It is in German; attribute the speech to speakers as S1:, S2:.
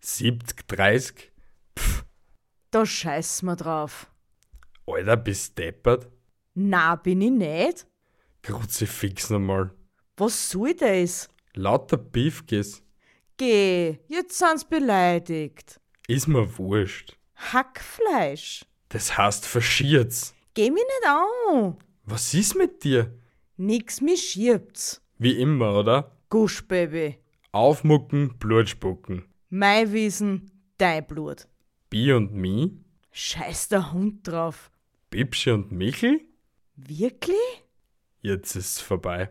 S1: Siebt, 30.
S2: Da scheiß mal drauf.
S1: Alter, bist deppert.
S2: Na, bin ich nicht.
S1: Kruzifix nochmal.
S2: Was soll das?
S1: Lauter Beefkes.
S2: Geh, jetzt sind's beleidigt.
S1: Ist mir wurscht.
S2: Hackfleisch.
S1: Das heißt verschiert's.
S2: Geh mich nicht an.
S1: Was ist mit dir?
S2: Nix mich schiebt's.
S1: Wie immer, oder?
S2: Gusch, Baby.
S1: Aufmucken, Blut spucken.
S2: Mein Wissen, dein Blut.
S1: Bi und Mi?
S2: Scheiß der Hund drauf.
S1: Bibsche und Michel?
S2: Wirklich?
S1: Jetzt ist's vorbei.